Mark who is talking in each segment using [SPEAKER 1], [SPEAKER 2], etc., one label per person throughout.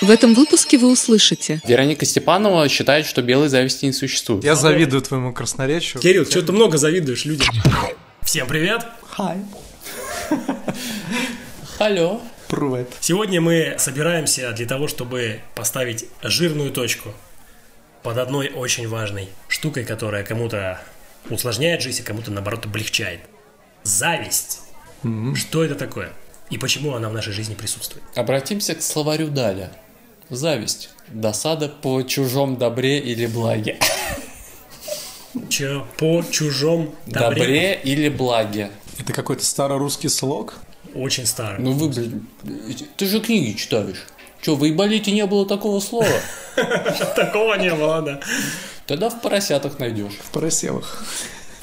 [SPEAKER 1] В этом выпуске вы услышите
[SPEAKER 2] Вероника Степанова считает, что белой зависти не существует.
[SPEAKER 3] Я завидую твоему красноречию.
[SPEAKER 4] Кирилл, что ты много завидуешь людям. Всем привет!
[SPEAKER 3] Хай,
[SPEAKER 2] Алло.
[SPEAKER 3] привет.
[SPEAKER 4] Сегодня мы собираемся для того, чтобы поставить жирную точку под одной очень важной штукой, которая кому-то усложняет жизнь, а кому-то наоборот облегчает. Зависть. Что это такое? И почему она в нашей жизни присутствует?
[SPEAKER 2] Обратимся к словарю Даля. Зависть. Досада по чужом добре или благе.
[SPEAKER 4] Че по чужом
[SPEAKER 2] Добре,
[SPEAKER 4] добре.
[SPEAKER 2] или благе.
[SPEAKER 3] Это какой-то старорусский слог?
[SPEAKER 4] Очень старо.
[SPEAKER 2] Ну вы, блин, ты же книги читаешь. Че, в Айболите не было такого слова?
[SPEAKER 4] Такого не было, да.
[SPEAKER 2] Тогда в поросятах найдешь.
[SPEAKER 3] В просевах.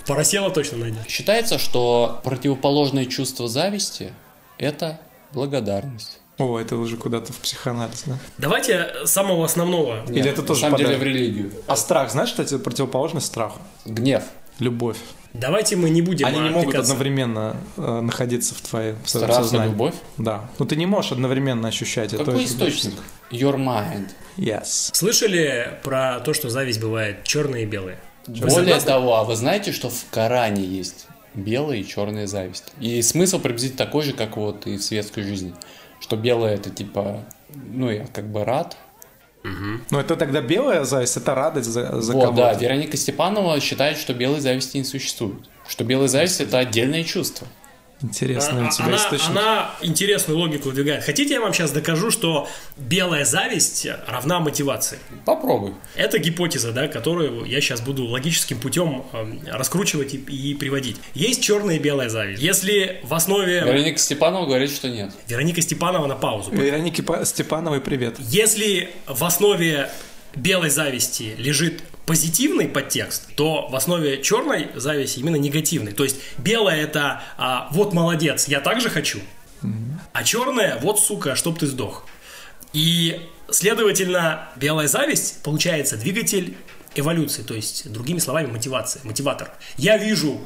[SPEAKER 4] Поросела точно найдет.
[SPEAKER 2] Считается, что противоположное чувство зависти – это благодарность.
[SPEAKER 3] О, это уже куда-то в психоанализ, да?
[SPEAKER 4] Давайте с самого основного.
[SPEAKER 3] Или это тоже
[SPEAKER 2] на самом деле в
[SPEAKER 3] подарок?
[SPEAKER 2] религию.
[SPEAKER 3] А страх, знаешь, кстати, противоположность страху?
[SPEAKER 2] Гнев.
[SPEAKER 3] Любовь.
[SPEAKER 4] Давайте мы не будем
[SPEAKER 3] Они не могут
[SPEAKER 4] отвлекаться.
[SPEAKER 3] одновременно э, находиться в твоей в своём
[SPEAKER 2] Страх и
[SPEAKER 3] сознании.
[SPEAKER 2] любовь.
[SPEAKER 3] Да. Ну ты не можешь одновременно ощущать это.
[SPEAKER 2] Какой
[SPEAKER 3] и другое.
[SPEAKER 2] источник? Your mind.
[SPEAKER 3] Yes.
[SPEAKER 4] Слышали про то, что зависть бывает черные и белые?
[SPEAKER 2] Более того, а вы знаете, что в Коране есть белая и черная зависть? И смысл приблизительно такой же, как вот и в светской жизни. Что белое это типа, ну я как бы рад.
[SPEAKER 3] Но это тогда белая зависть, это радость за, за
[SPEAKER 2] вот,
[SPEAKER 3] кого-то.
[SPEAKER 2] да, Вероника Степанова считает, что белой зависти не существует. Что белая зависть это отдельное чувство.
[SPEAKER 3] Интересный
[SPEAKER 2] А,
[SPEAKER 3] у тебя
[SPEAKER 4] она,
[SPEAKER 3] источник.
[SPEAKER 4] она интересную логику выдвигает. Хотите, я вам сейчас докажу, что белая зависть равна мотивации?
[SPEAKER 2] Попробуй.
[SPEAKER 4] Это гипотеза, да, которую я сейчас буду логическим путем эм, раскручивать и, и приводить. Есть черная и белая зависть. Если в основе...
[SPEAKER 2] Вероника Степанова говорит, что нет.
[SPEAKER 4] Вероника Степанова на паузу.
[SPEAKER 3] Веронике Па- Степановой привет.
[SPEAKER 4] Если в основе белой зависти лежит позитивный подтекст, то в основе черной зависти именно негативный. То есть белая это а, вот молодец, я также хочу, а черная вот сука, чтоб ты сдох. И следовательно белая зависть получается двигатель эволюции, то есть другими словами мотивация, мотиватор. Я вижу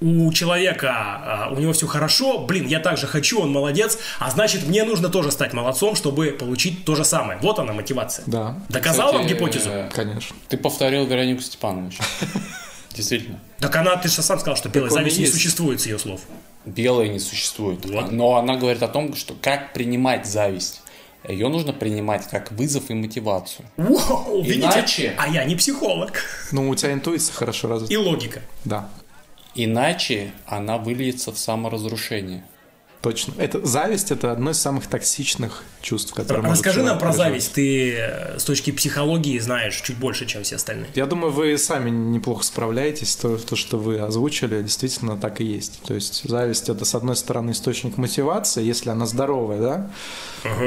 [SPEAKER 4] у человека, а, у него все хорошо, блин, я также хочу, он молодец, а значит мне нужно тоже стать молодцом, чтобы получить то же самое. Вот она мотивация.
[SPEAKER 3] Да,
[SPEAKER 4] Доказал вам
[SPEAKER 2] Кстати,
[SPEAKER 4] гипотезу?
[SPEAKER 2] э,
[SPEAKER 3] конечно.
[SPEAKER 2] Ты повторил Веронику Степанову. сейчас. Действительно.
[SPEAKER 4] Так она, ты же сам сказал, что белая
[SPEAKER 3] он и
[SPEAKER 4] зависть не
[SPEAKER 3] есть.
[SPEAKER 4] существует с ее слов.
[SPEAKER 2] Белая не существует.
[SPEAKER 4] Вот.
[SPEAKER 2] Но она говорит о том, что как принимать зависть. Ее нужно принимать как вызов и мотивацию.
[SPEAKER 4] Вау, видите?
[SPEAKER 2] Иначе-
[SPEAKER 4] А я не психолог.
[SPEAKER 3] Ну, у тебя интуиция хорошо развита.
[SPEAKER 4] И логика.
[SPEAKER 3] Да,
[SPEAKER 2] Иначе она выльется в саморазрушение.
[SPEAKER 3] точно. Это зависть это одно из самых токсичных чувств, которые может
[SPEAKER 4] Расскажи нам
[SPEAKER 3] человек
[SPEAKER 4] про
[SPEAKER 3] переживать.
[SPEAKER 4] зависть. Ты э, с точки психологии знаешь чуть больше, чем все остальные.
[SPEAKER 3] Я думаю, вы сами неплохо справляетесь. То, то, что вы озвучили, действительно так и есть. То есть зависть это, с одной стороны, источник мотивации, если она здоровая, да.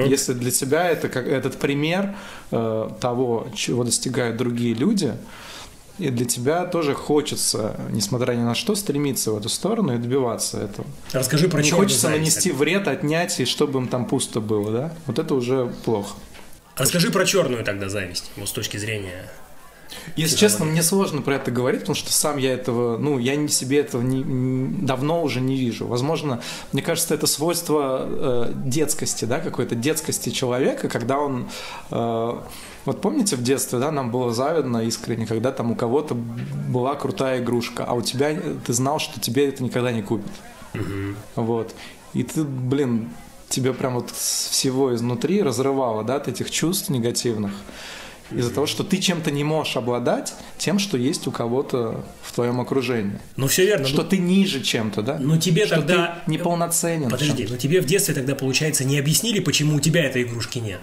[SPEAKER 3] Если для тебя это как этот пример э, того, чего достигают другие люди, и для тебя тоже хочется, несмотря ни на что, стремиться в эту сторону и добиваться этого.
[SPEAKER 4] Расскажи про
[SPEAKER 3] не
[SPEAKER 4] черную
[SPEAKER 3] хочется
[SPEAKER 4] зависть.
[SPEAKER 3] нанести вред, отнять, и чтобы им там пусто было, да? Вот это уже плохо.
[SPEAKER 4] Расскажи про черную тогда зависть, вот с точки зрения.
[SPEAKER 3] Если честно, мне сложно про это говорить, потому что сам я этого, ну, я не себе этого не- не- давно уже не вижу. Возможно, мне кажется, это свойство э, детскости, да, какой-то детскости человека, когда он... э, вот помните в детстве, да, нам было завидно искренне, когда там у кого-то была крутая игрушка, а у тебя, ты знал, что тебе это никогда не купят. Вот. И ты, блин, тебе прям вот с всего изнутри разрывало, да, от этих чувств негативных. Из-за того, что ты чем-то не можешь обладать тем, что есть у кого-то в твоем окружении.
[SPEAKER 4] Ну все верно.
[SPEAKER 3] Что
[SPEAKER 4] ну,
[SPEAKER 3] ты ниже чем-то, да?
[SPEAKER 4] Ну, тебе
[SPEAKER 3] что
[SPEAKER 4] тогда-
[SPEAKER 3] ты неполноценен. в
[SPEAKER 4] Подожди,
[SPEAKER 3] чём-то.
[SPEAKER 4] но тебе в детстве тогда, получается, не объяснили, почему у тебя этой игрушки нет.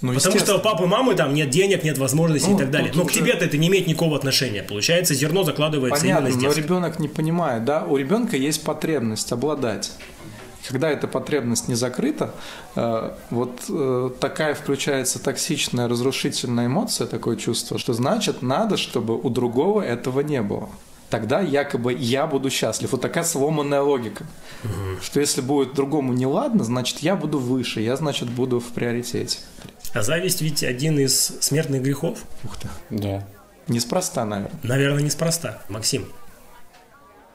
[SPEAKER 3] Ну,
[SPEAKER 4] Потому что
[SPEAKER 3] естественно.
[SPEAKER 4] у папы, мамы там нет денег, нет возможностей
[SPEAKER 3] Ну,
[SPEAKER 4] и так далее.
[SPEAKER 3] тут
[SPEAKER 4] Но к
[SPEAKER 3] уже-
[SPEAKER 4] тебе-то это не имеет никакого отношения. Получается, зерно закладывается
[SPEAKER 3] Понятно,
[SPEAKER 4] именно с
[SPEAKER 3] но
[SPEAKER 4] детства.
[SPEAKER 3] ребенок не понимает, да? У ребенка есть потребность обладать. Когда эта потребность не закрыта, э, вот э, такая включается токсичная, разрушительная эмоция, такое чувство, что значит надо, чтобы у другого этого не было. Тогда якобы я буду счастлив. Вот такая сломанная логика. Что если будет другому неладно, значит я буду выше, я значит буду в приоритете.
[SPEAKER 4] А зависть ведь один из смертных грехов.
[SPEAKER 3] Ух ты.
[SPEAKER 2] Да.
[SPEAKER 3] Неспроста, наверное.
[SPEAKER 4] Наверное, неспроста. Максим,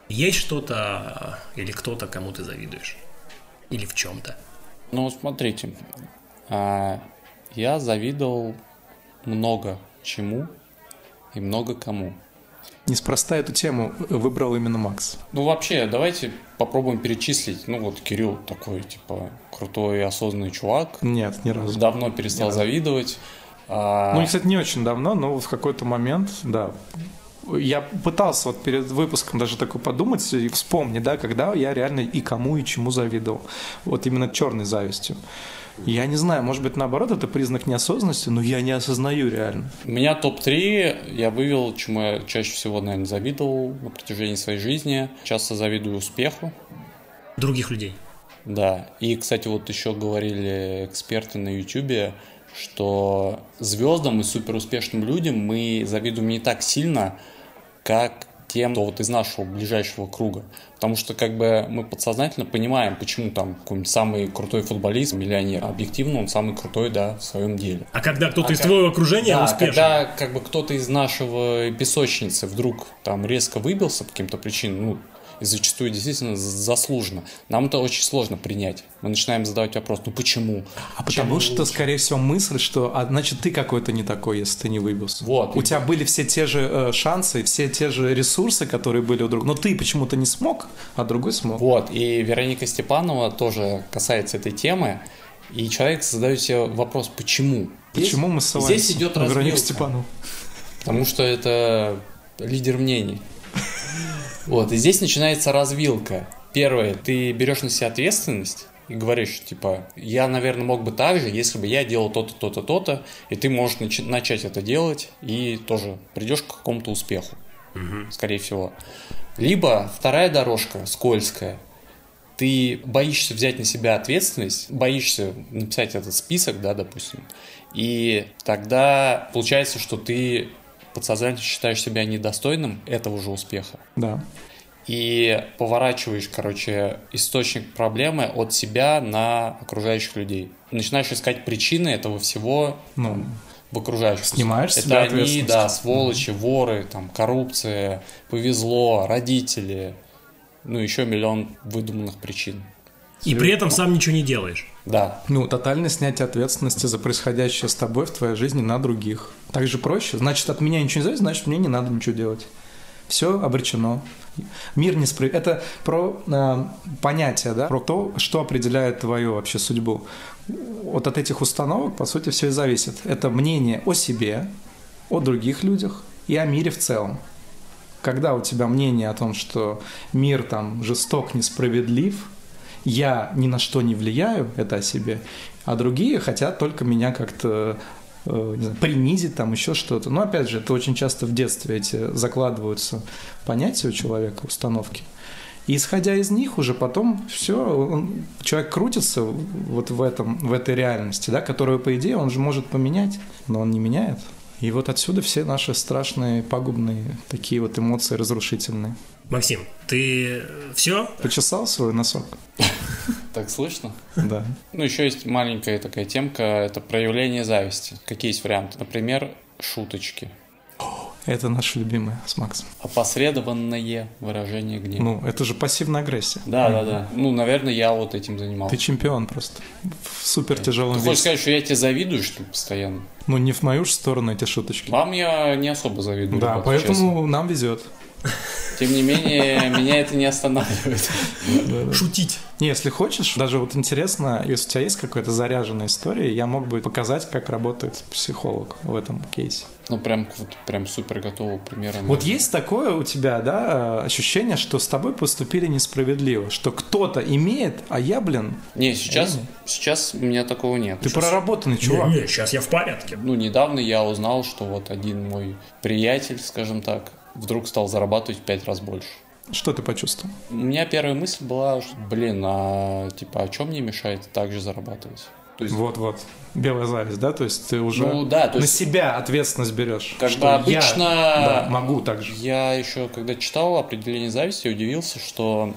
[SPEAKER 4] есть что-то э, или кто-то, кому ты завидуешь? Или в чем-то?
[SPEAKER 2] Ну, вот смотрите. а, Я завидовал много чему и много кому.
[SPEAKER 3] Неспроста эту тему выбрал именно Макс.
[SPEAKER 2] Ну, вообще, давайте попробуем перечислить. Ну, вот Кирилл такой, типа, крутой и осознанный чувак.
[SPEAKER 3] Нет, ни разу.
[SPEAKER 2] Давно перестал завидовать. А,
[SPEAKER 3] Ну, кстати, не очень давно, но вот в какой-то момент, да. Я пытался вот перед выпуском даже такой подумать и вспомнить, да, когда я реально и кому, и чему завидовал. Вот именно черной завистью. Я не знаю, может быть, наоборот, это признак неосознанности, но я не осознаю реально.
[SPEAKER 2] У меня топ-3 я вывел, чему я чаще всего, наверное, завидовал на протяжении своей жизни. Часто завидую успеху.
[SPEAKER 4] Других людей.
[SPEAKER 2] Да. И, кстати, вот еще говорили эксперты на Ютубе, что звездам и суперуспешным людям мы завидуем не так сильно, как тем, кто вот из нашего ближайшего круга. Потому что как бы мы подсознательно понимаем, почему там какой-нибудь самый крутой футболист, миллионер, объективно он самый крутой, да, в своем деле.
[SPEAKER 4] А когда кто-то
[SPEAKER 2] А
[SPEAKER 4] из
[SPEAKER 2] как-
[SPEAKER 4] твоего окружения
[SPEAKER 2] Да,
[SPEAKER 4] успешен.
[SPEAKER 2] когда как бы кто-то из нашего песочницы вдруг там резко выбился по каким-то причинам, ну, и зачастую действительно з- заслуженно, нам это очень сложно принять. Мы начинаем задавать вопрос, ну почему?
[SPEAKER 3] А потому что, скорее всего, мысль, что а, значит ты какой-то не такой, если ты не выбился.
[SPEAKER 2] Вот.
[SPEAKER 3] У тебя были все те же э, шансы, все те же ресурсы, которые были у друга. Но ты почему-то не смог, а другой смог.
[SPEAKER 2] Вот, и Вероника Степанова тоже касается этой темы, и человек задает себе вопрос, почему?
[SPEAKER 3] Почему мы
[SPEAKER 2] Здесь-
[SPEAKER 3] ссылаемся
[SPEAKER 2] Здесь идет
[SPEAKER 3] на Веронику
[SPEAKER 2] разбилка.
[SPEAKER 3] Степанову?
[SPEAKER 2] Потому что это лидер мнений. Вот, и здесь начинается развилка. Первое, ты берешь на себя ответственность и говоришь, типа, я, наверное, мог бы так же, если бы я делал то-то, то-то, то-то, и ты можешь начи- начать это делать и тоже придешь к какому-то успеху, скорее всего. Либо вторая дорожка, скользкая, ты боишься взять на себя ответственность, боишься написать этот список, да, допустим, и тогда получается, что ты подсознательно считаешь себя недостойным этого же успеха.
[SPEAKER 3] Да.
[SPEAKER 2] И поворачиваешь, короче, источник проблемы от себя на окружающих людей. Начинаешь искать причины этого всего
[SPEAKER 3] Ну,
[SPEAKER 2] в окружающих.
[SPEAKER 3] Снимаешь с
[SPEAKER 2] Это
[SPEAKER 3] себя
[SPEAKER 2] они,
[SPEAKER 3] ответственность.
[SPEAKER 2] да, сволочи, воры, там, коррупция, повезло, родители, ну, еще миллион выдуманных причин.
[SPEAKER 4] И при этом сам ничего не делаешь.
[SPEAKER 2] Да,
[SPEAKER 3] ну, тотальное снятие ответственности за происходящее с тобой в твоей жизни на других. Так же проще. Значит, от меня ничего не зависит, значит, мне не надо ничего делать. Все обречено. Мир несправедлив. Это про э, понятие, да, про то, что определяет твою вообще судьбу. Вот от этих установок, по сути, все и зависит. Это мнение о себе, о других людях и о мире в целом. Когда у тебя мнение о том, что мир там жесток, несправедлив, я ни на что не влияю, это о себе, а другие хотят только меня как-то э, не знаю, принизить, там еще что-то. Но опять же, это очень часто в детстве эти закладываются понятия у человека, установки. И исходя из них уже потом все, человек крутится вот в этом, в этой реальности, да, которую, по идее, он же может поменять, но он не меняет. И вот отсюда все наши страшные, пагубные такие вот эмоции разрушительные.
[SPEAKER 4] Максим, ты э, все?
[SPEAKER 3] Почесал свой носок?
[SPEAKER 2] так слышно.
[SPEAKER 3] Да.
[SPEAKER 2] Ну, еще есть маленькая такая темка, это проявление зависти. Какие есть варианты? Например, шуточки.
[SPEAKER 3] Это наше любимое с Максом.
[SPEAKER 2] Опосредованное выражение гнева.
[SPEAKER 3] Ну, это же пассивная агрессия.
[SPEAKER 2] Да, да, да. Ну, наверное, я вот этим занимался.
[SPEAKER 3] Ты ну,
[SPEAKER 2] Ты,
[SPEAKER 3] чемпион просто. В супер тяжелом
[SPEAKER 2] Э, хочешь
[SPEAKER 3] весе.
[SPEAKER 2] сказать, что я тебе завидую, что ли, постоянно?
[SPEAKER 3] Ну, не в мою же сторону эти шуточки.
[SPEAKER 2] Вам я не особо завидую.
[SPEAKER 3] Да,
[SPEAKER 2] ребята,
[SPEAKER 3] поэтому
[SPEAKER 2] Ну, честно.
[SPEAKER 3] нам везет.
[SPEAKER 2] Тем не менее, меня это не останавливает.
[SPEAKER 4] Шутить.
[SPEAKER 3] Не, если хочешь, даже вот интересно, если у тебя есть какая-то заряженная история, я мог бы показать, как работает психолог в этом кейсе.
[SPEAKER 2] Ну, прям, вот, прям супер готового примера.
[SPEAKER 3] Вот
[SPEAKER 2] нет.
[SPEAKER 3] есть такое у тебя, да, э, ощущение, что с тобой поступили несправедливо, что кто-то имеет, а я, блин,
[SPEAKER 2] Не, сейчас, сейчас у меня такого нет.
[SPEAKER 3] ты
[SPEAKER 2] Сейчас.
[SPEAKER 3] проработанный чувак.
[SPEAKER 4] Не, сейчас я в порядке.
[SPEAKER 2] Ну, недавно я узнал, что вот один мой приятель, скажем так, вдруг стал зарабатывать в пять раз больше.
[SPEAKER 3] Что ты почувствовал?
[SPEAKER 2] У меня первая мысль была, что, блин, а типа, а чем мне мешает так же зарабатывать? То есть,
[SPEAKER 3] Вот-вот. Белая зависть, да? То есть ты уже
[SPEAKER 2] Ну, да, то
[SPEAKER 3] на
[SPEAKER 2] есть-
[SPEAKER 3] себя ответственность берешь.
[SPEAKER 2] Как
[SPEAKER 3] что
[SPEAKER 2] бы
[SPEAKER 3] я,
[SPEAKER 2] обычно-
[SPEAKER 3] да, могу так же.
[SPEAKER 2] я еще, когда читал определение зависти, удивился, что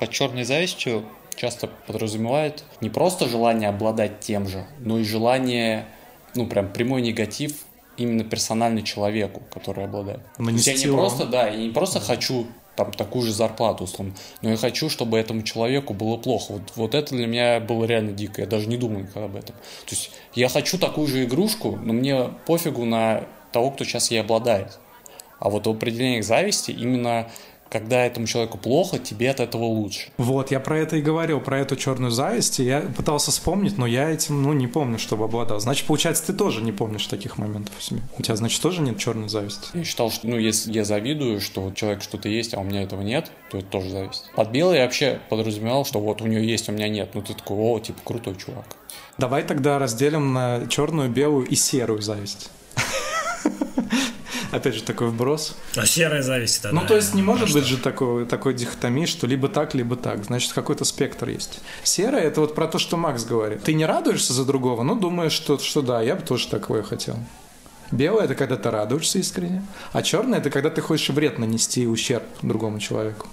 [SPEAKER 2] под черной завистью часто подразумевают не просто желание обладать тем же, но и желание, ну, прям прямой негатив именно персонально человеку, который обладает. То есть я
[SPEAKER 3] Нанести
[SPEAKER 2] не
[SPEAKER 3] урон.
[SPEAKER 2] просто, да, я не просто хочу там такую же зарплату, условно. Но я хочу, чтобы этому человеку было плохо. Вот, вот это для меня было реально дико. Я даже не думал никогда об этом. То есть я хочу такую же игрушку, но мне пофигу на того, кто сейчас ей обладает. А вот в определениях зависти именно когда этому человеку плохо, тебе от этого лучше.
[SPEAKER 3] Вот, я про это и говорил, про эту черную зависть, и я пытался вспомнить, но я этим, ну, не помню, чтобы обладал. Значит, получается, ты тоже не помнишь таких моментов у себя. У тебя, значит, тоже нет черной зависти.
[SPEAKER 2] Я считал, что, ну, если я завидую, что вот человек что-то есть, а у меня этого нет, то это тоже зависть. Под белый я вообще подразумевал, что вот у нее есть, а у меня нет. Ну, ты такой, о, типа, крутой чувак.
[SPEAKER 3] Давай тогда разделим на черную, белую и серую зависть. Опять же, такой вброс.
[SPEAKER 4] А серая зависть тогда.
[SPEAKER 3] Ну, то есть не может быть же такой, такой дихотомии, что либо так, либо так. Значит, какой-то спектр есть. Серая — это вот про то, что Макс говорит. Ты не радуешься за другого, но думаешь, что, что да, я бы тоже такое хотел. Белое — это когда ты радуешься искренне, а черное — это когда ты хочешь вред нанести ущерб другому человеку.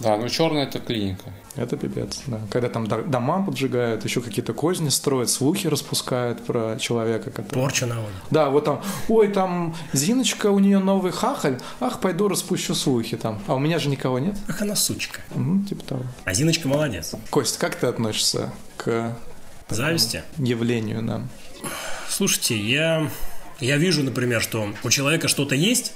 [SPEAKER 2] Да, ну черная это клиника.
[SPEAKER 3] Это пипец, да. Когда там до- дома поджигают, еще какие-то козни строят, слухи распускают про человека, который...
[SPEAKER 4] Порчу наводит.
[SPEAKER 3] Да, вот там, ой, там Зиночка, у нее новый хахаль, ах, пойду распущу слухи там. А у меня же никого нет.
[SPEAKER 4] Ах, она сучка.
[SPEAKER 3] Ну, типа того.
[SPEAKER 4] А Зиночка молодец.
[SPEAKER 3] Кость, как ты относишься к
[SPEAKER 4] Зависти.
[SPEAKER 3] явлению нам?
[SPEAKER 4] Слушайте, я, я вижу, например, что у человека что-то есть,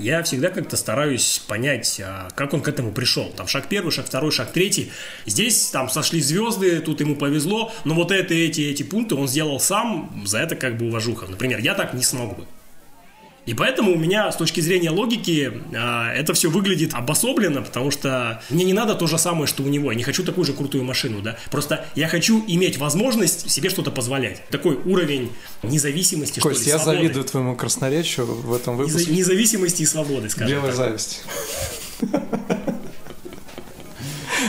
[SPEAKER 4] я всегда как-то стараюсь понять, а, как он к этому пришел. Там шаг первый, шаг второй, шаг третий. Здесь там сошли звезды, тут ему повезло, но вот это, эти, эти пункты он сделал сам, за это как бы уважуха. Например, я так не смогу бы. И поэтому у меня с точки зрения логики а, это все выглядит обособленно, потому что мне не надо то же самое, что у него. Я не хочу такую же крутую машину, да. Просто я хочу иметь возможность себе что-то позволять. Такой уровень независимости,
[SPEAKER 3] Кость,
[SPEAKER 4] что ли,
[SPEAKER 3] я
[SPEAKER 4] свободы.
[SPEAKER 3] завидую твоему красноречию в этом
[SPEAKER 4] Неза-
[SPEAKER 3] выпуске.
[SPEAKER 4] Независимости и свободы, скажем
[SPEAKER 3] Белая
[SPEAKER 4] так.
[SPEAKER 3] зависть.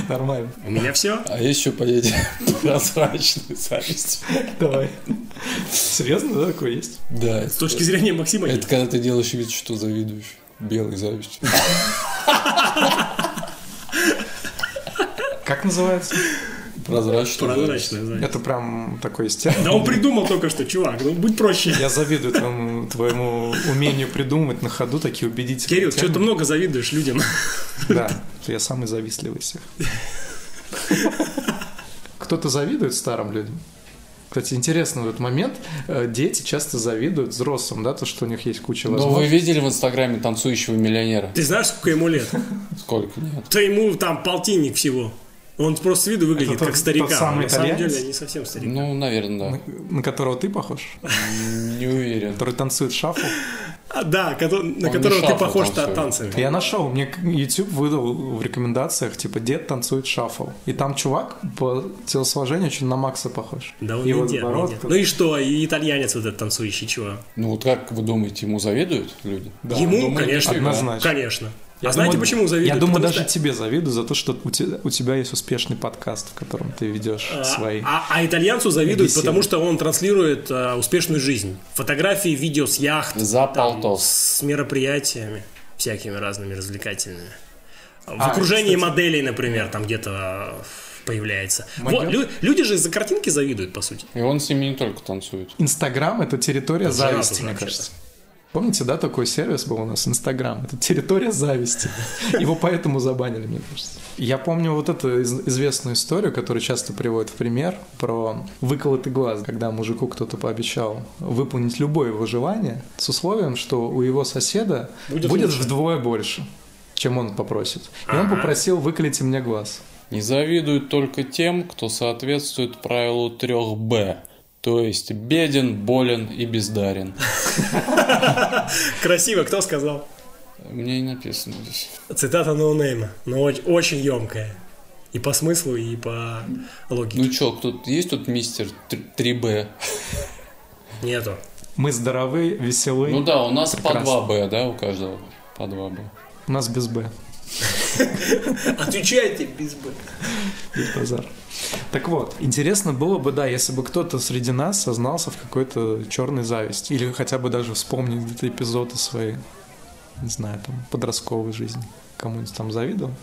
[SPEAKER 3] Нормально.
[SPEAKER 4] У меня все.
[SPEAKER 2] А еще поедем прозрачную зависть.
[SPEAKER 3] Давай. Серьезно, да, такое есть?
[SPEAKER 2] Да.
[SPEAKER 4] С точки зрения Максима нет.
[SPEAKER 2] когда ты делаешь вид, что завидуешь. Белой завистью.
[SPEAKER 3] Как называется?
[SPEAKER 2] Прозрачную.
[SPEAKER 4] прозрачная зависть.
[SPEAKER 3] Это прям такой стиль.
[SPEAKER 4] Да он придумал только что, чувак, ну будь проще.
[SPEAKER 3] Я завидую твоему, твоему умению придумать на ходу такие убедительные
[SPEAKER 4] Кирилл,
[SPEAKER 3] темы.
[SPEAKER 4] что ты много завидуешь людям.
[SPEAKER 3] Да, я самый завистливый из всех. Кто-то завидует старым людям. Кстати, интересный вот момент. Э, Дети часто завидуют взрослым, да, то, что у них есть куча
[SPEAKER 2] Ну, вы
[SPEAKER 3] возможностей.
[SPEAKER 2] видели в Инстаграме танцующего миллионера?
[SPEAKER 4] Ты знаешь, сколько ему лет?
[SPEAKER 2] Сколько? Нет.
[SPEAKER 4] Да ему там полтинник всего. Он просто с виду выглядит
[SPEAKER 3] Это тот-
[SPEAKER 4] как старика.
[SPEAKER 3] тот самый
[SPEAKER 4] На самом
[SPEAKER 3] итальянец?
[SPEAKER 4] деле, не совсем старик.
[SPEAKER 2] Ну, наверное,
[SPEAKER 3] На- На которого ты похож?
[SPEAKER 2] да. Не уверен.
[SPEAKER 3] Который танцует шафу.
[SPEAKER 4] А, да, кото- на
[SPEAKER 2] не
[SPEAKER 4] которого ты
[SPEAKER 2] шафл
[SPEAKER 4] похож
[SPEAKER 2] танцует.
[SPEAKER 4] танцами.
[SPEAKER 3] Я нашел, мне к- YouTube выдал в рекомендациях, типа, дед танцует шафу. И там чувак по телосложению очень на Макса похож.
[SPEAKER 4] Да он
[SPEAKER 3] И
[SPEAKER 4] не
[SPEAKER 3] вот
[SPEAKER 4] дед, не
[SPEAKER 3] бородка.
[SPEAKER 4] дед. Ну и что, и итальянец вот этот танцующий, чего?
[SPEAKER 2] Ну, вот как вы думаете, ему завидуют люди?
[SPEAKER 4] Ему,
[SPEAKER 2] думаю,
[SPEAKER 4] конечно.
[SPEAKER 2] нифига.
[SPEAKER 3] однозначно.
[SPEAKER 4] Конечно.
[SPEAKER 3] Я
[SPEAKER 4] а знаете,
[SPEAKER 3] думаю-
[SPEAKER 4] почему завидуют?
[SPEAKER 3] Я думаю,
[SPEAKER 4] Потому
[SPEAKER 3] даже
[SPEAKER 4] что-
[SPEAKER 3] тебе завидую за то, что у тебя, у тебя есть успешный подкаст, в котором ты ведешь
[SPEAKER 4] А-
[SPEAKER 3] свои.
[SPEAKER 4] А, а итальянцу завидуют,
[SPEAKER 3] беседы.
[SPEAKER 4] потому что он транслирует а, успешную жизнь. Фотографии, видео с яхт,
[SPEAKER 2] За
[SPEAKER 4] там,
[SPEAKER 2] полтос.
[SPEAKER 4] с мероприятиями всякими разными развлекательными. В
[SPEAKER 3] А,
[SPEAKER 4] окружении
[SPEAKER 3] кстати.
[SPEAKER 4] моделей, например, там где-то а, появляется.
[SPEAKER 3] Модел?
[SPEAKER 4] Вот, лю- люди же за картинки завидуют, по сути.
[SPEAKER 2] И он с ними не только танцует.
[SPEAKER 3] Инстаграм это территория
[SPEAKER 4] жара
[SPEAKER 3] зависти,
[SPEAKER 4] тут
[SPEAKER 3] мне
[SPEAKER 4] вообще-то.
[SPEAKER 3] кажется. Помните, да, такой сервис был у нас, Инстаграм? Это территория зависти. Его поэтому забанили, мне кажется. Я помню вот эту из- известную историю, которую часто приводят в пример, про выколотый глаз, когда мужику кто-то пообещал выполнить любое его желание с условием, что у его соседа
[SPEAKER 4] Будет
[SPEAKER 3] будет,
[SPEAKER 4] лучше.
[SPEAKER 3] вдвое больше, чем он попросит. И он
[SPEAKER 4] Ага.
[SPEAKER 3] попросил «выколите мне глаз».
[SPEAKER 2] Не завидуют только тем, кто соответствует правилу 3Б. То есть беден, болен и бездарен.
[SPEAKER 4] Красиво, кто сказал?
[SPEAKER 2] Мне не написано здесь.
[SPEAKER 4] Цитата ноунейма, но оч- очень емкая. И по смыслу, и по логике.
[SPEAKER 2] Ну чё, кто есть тут мистер 3Б?
[SPEAKER 4] Нету.
[SPEAKER 3] Мы здоровы, веселы,
[SPEAKER 2] Ну да, у нас
[SPEAKER 3] Прекрасно.
[SPEAKER 2] по 2Б, да, у каждого? По 2Б.
[SPEAKER 3] у нас без «б».
[SPEAKER 4] Отвечайте без «б».
[SPEAKER 3] Без базара. Так вот, интересно было бы, да, если бы кто-то среди нас сознался в какой-то черной зависти. Или хотя бы даже вспомнил где-то эпизоды своей, не знаю, там, подростковой жизни. Кому-нибудь там завидовал?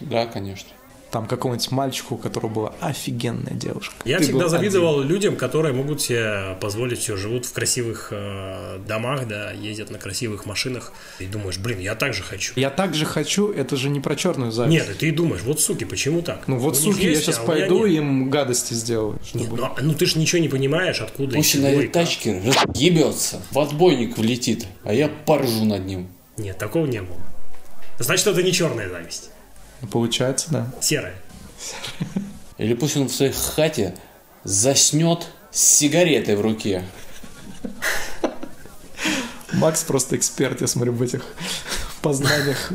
[SPEAKER 2] Да, конечно.
[SPEAKER 3] там какому-нибудь мальчику, у которого была офигенная девушка.
[SPEAKER 4] Я
[SPEAKER 3] Ты
[SPEAKER 4] всегда
[SPEAKER 3] был
[SPEAKER 4] завидовал людям, которые могут себе позволить все, живут в красивых э, домах, да, ездят на красивых машинах. И думаешь, блин, я так же хочу.
[SPEAKER 3] один. Я так же хочу, это же не про черную зависть.
[SPEAKER 4] Нет, и ты думаешь, вот суки, почему так?
[SPEAKER 3] Ну вот,
[SPEAKER 4] У них
[SPEAKER 3] суки, я
[SPEAKER 4] есть,
[SPEAKER 3] сейчас
[SPEAKER 4] а у меня
[SPEAKER 3] пойду
[SPEAKER 4] нет.
[SPEAKER 3] им гадости сделаю.
[SPEAKER 4] Нет,
[SPEAKER 3] Чтобы...
[SPEAKER 4] ну, а- ну ты же ничего не понимаешь, откуда и
[SPEAKER 2] Пусть на
[SPEAKER 4] чего, и
[SPEAKER 2] этой
[SPEAKER 4] как.
[SPEAKER 2] тачке разъебется, в отбойник влетит, а я поржу над ним.
[SPEAKER 4] Нет, такого не было. Значит, это не черная зависть.
[SPEAKER 3] Ну, Получается, да.
[SPEAKER 4] Серая.
[SPEAKER 2] Или пусть он в своей хате заснет с сигаретой в руке.
[SPEAKER 3] Макс просто эксперт, я смотрю, в этих познаниях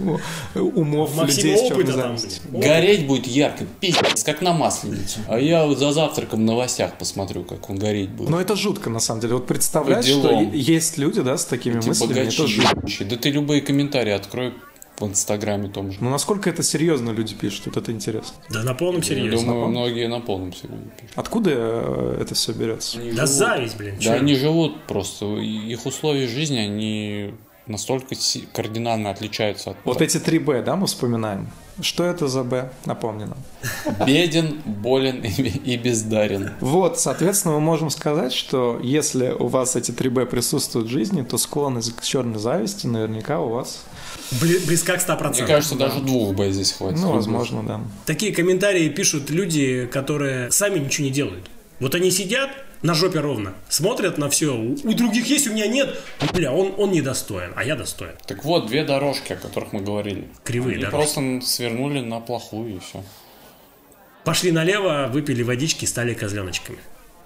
[SPEAKER 3] у- умов людей
[SPEAKER 4] Максима
[SPEAKER 3] с черной
[SPEAKER 4] опыта там.
[SPEAKER 3] завистью.
[SPEAKER 4] блин.
[SPEAKER 2] Гореть будет ярко, пиздец, как на масленицу. А я вот за завтраком в новостях посмотрю, как он гореть будет.
[SPEAKER 3] Но это жутко, на самом деле. Вот представляешь,
[SPEAKER 2] По
[SPEAKER 3] что
[SPEAKER 2] делам.
[SPEAKER 3] е- есть люди, да, с такими
[SPEAKER 2] Эти
[SPEAKER 3] мыслями,
[SPEAKER 2] богачи
[SPEAKER 3] это жутко.
[SPEAKER 2] ебучие. Типа, Да ты любые комментарии открой в инстаграме том же.
[SPEAKER 3] Но Ну, насколько это серьезно люди пишут, вот это интересно.
[SPEAKER 4] Да на полном серьезе.
[SPEAKER 2] Думаю,
[SPEAKER 3] полном.
[SPEAKER 2] многие на полном серьезе пишут.
[SPEAKER 3] Откуда э, это все берется?
[SPEAKER 2] Они
[SPEAKER 4] Да
[SPEAKER 2] живут.
[SPEAKER 4] зависть, блин. чё?
[SPEAKER 2] Да, они живут просто. и- Их условия жизни, они настолько си- кардинально отличаются от...
[SPEAKER 3] Вот эти три Б, да, мы вспоминаем. Что это за Б? Напомни нам.
[SPEAKER 2] Беден, болен и, и бездарен.
[SPEAKER 3] Вот, соответственно, мы можем сказать, что если у вас эти три Б присутствуют в жизни, то склонность к черной зависти наверняка у вас,
[SPEAKER 4] Бли- близка к 100%.
[SPEAKER 2] Мне кажется, даже двух бы здесь хватит.
[SPEAKER 3] ну, возможно, да.
[SPEAKER 4] Такие комментарии пишут люди, которые сами ничего не делают. Вот они сидят на жопе ровно, смотрят на все. У у других есть, у меня нет. Бля, он, он недостоин, а я достоин.
[SPEAKER 2] Так вот, две дорожки, о которых мы говорили.
[SPEAKER 4] Кривые
[SPEAKER 2] Они
[SPEAKER 4] дорожки.
[SPEAKER 2] просто свернули на плохую и все.
[SPEAKER 4] Пошли налево, выпили водички, стали козленочками.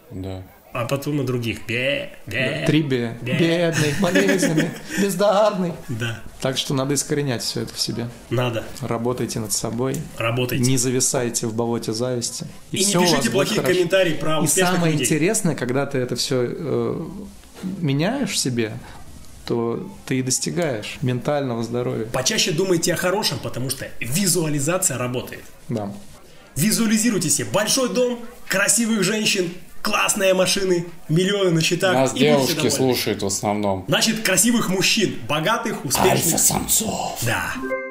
[SPEAKER 2] Да.
[SPEAKER 4] А потом на других. Бе, бе.
[SPEAKER 3] Три Б.
[SPEAKER 4] Бе.
[SPEAKER 3] Бедный, болезненный, бездарный.
[SPEAKER 4] Да,
[SPEAKER 3] Так что надо искоренять все это в себе.
[SPEAKER 4] надо.
[SPEAKER 3] Работайте над собой,
[SPEAKER 4] Работайте.
[SPEAKER 3] не зависайте в болоте зависти.
[SPEAKER 4] И,
[SPEAKER 3] всё у вас
[SPEAKER 4] не пишите
[SPEAKER 3] будет
[SPEAKER 4] плохих
[SPEAKER 3] хорошо.
[SPEAKER 4] комментариев про
[SPEAKER 3] И
[SPEAKER 4] успешных
[SPEAKER 3] самое
[SPEAKER 4] людей.
[SPEAKER 3] интересное, когда ты это все меняешь в себе, то ты и достигаешь ментального здоровья.
[SPEAKER 4] Почаще думайте о хорошем, потому что визуализация работает.
[SPEAKER 3] Да.
[SPEAKER 4] Визуализируйте себе большой дом, красивых женщин, классные машины, миллионы на счетах.
[SPEAKER 2] Нас
[SPEAKER 4] и будьте
[SPEAKER 2] девушки
[SPEAKER 4] довольны.
[SPEAKER 2] слушают в основном.
[SPEAKER 4] Значит, красивых мужчин, богатых, успешных.
[SPEAKER 2] Альфа-самцов.
[SPEAKER 4] Да.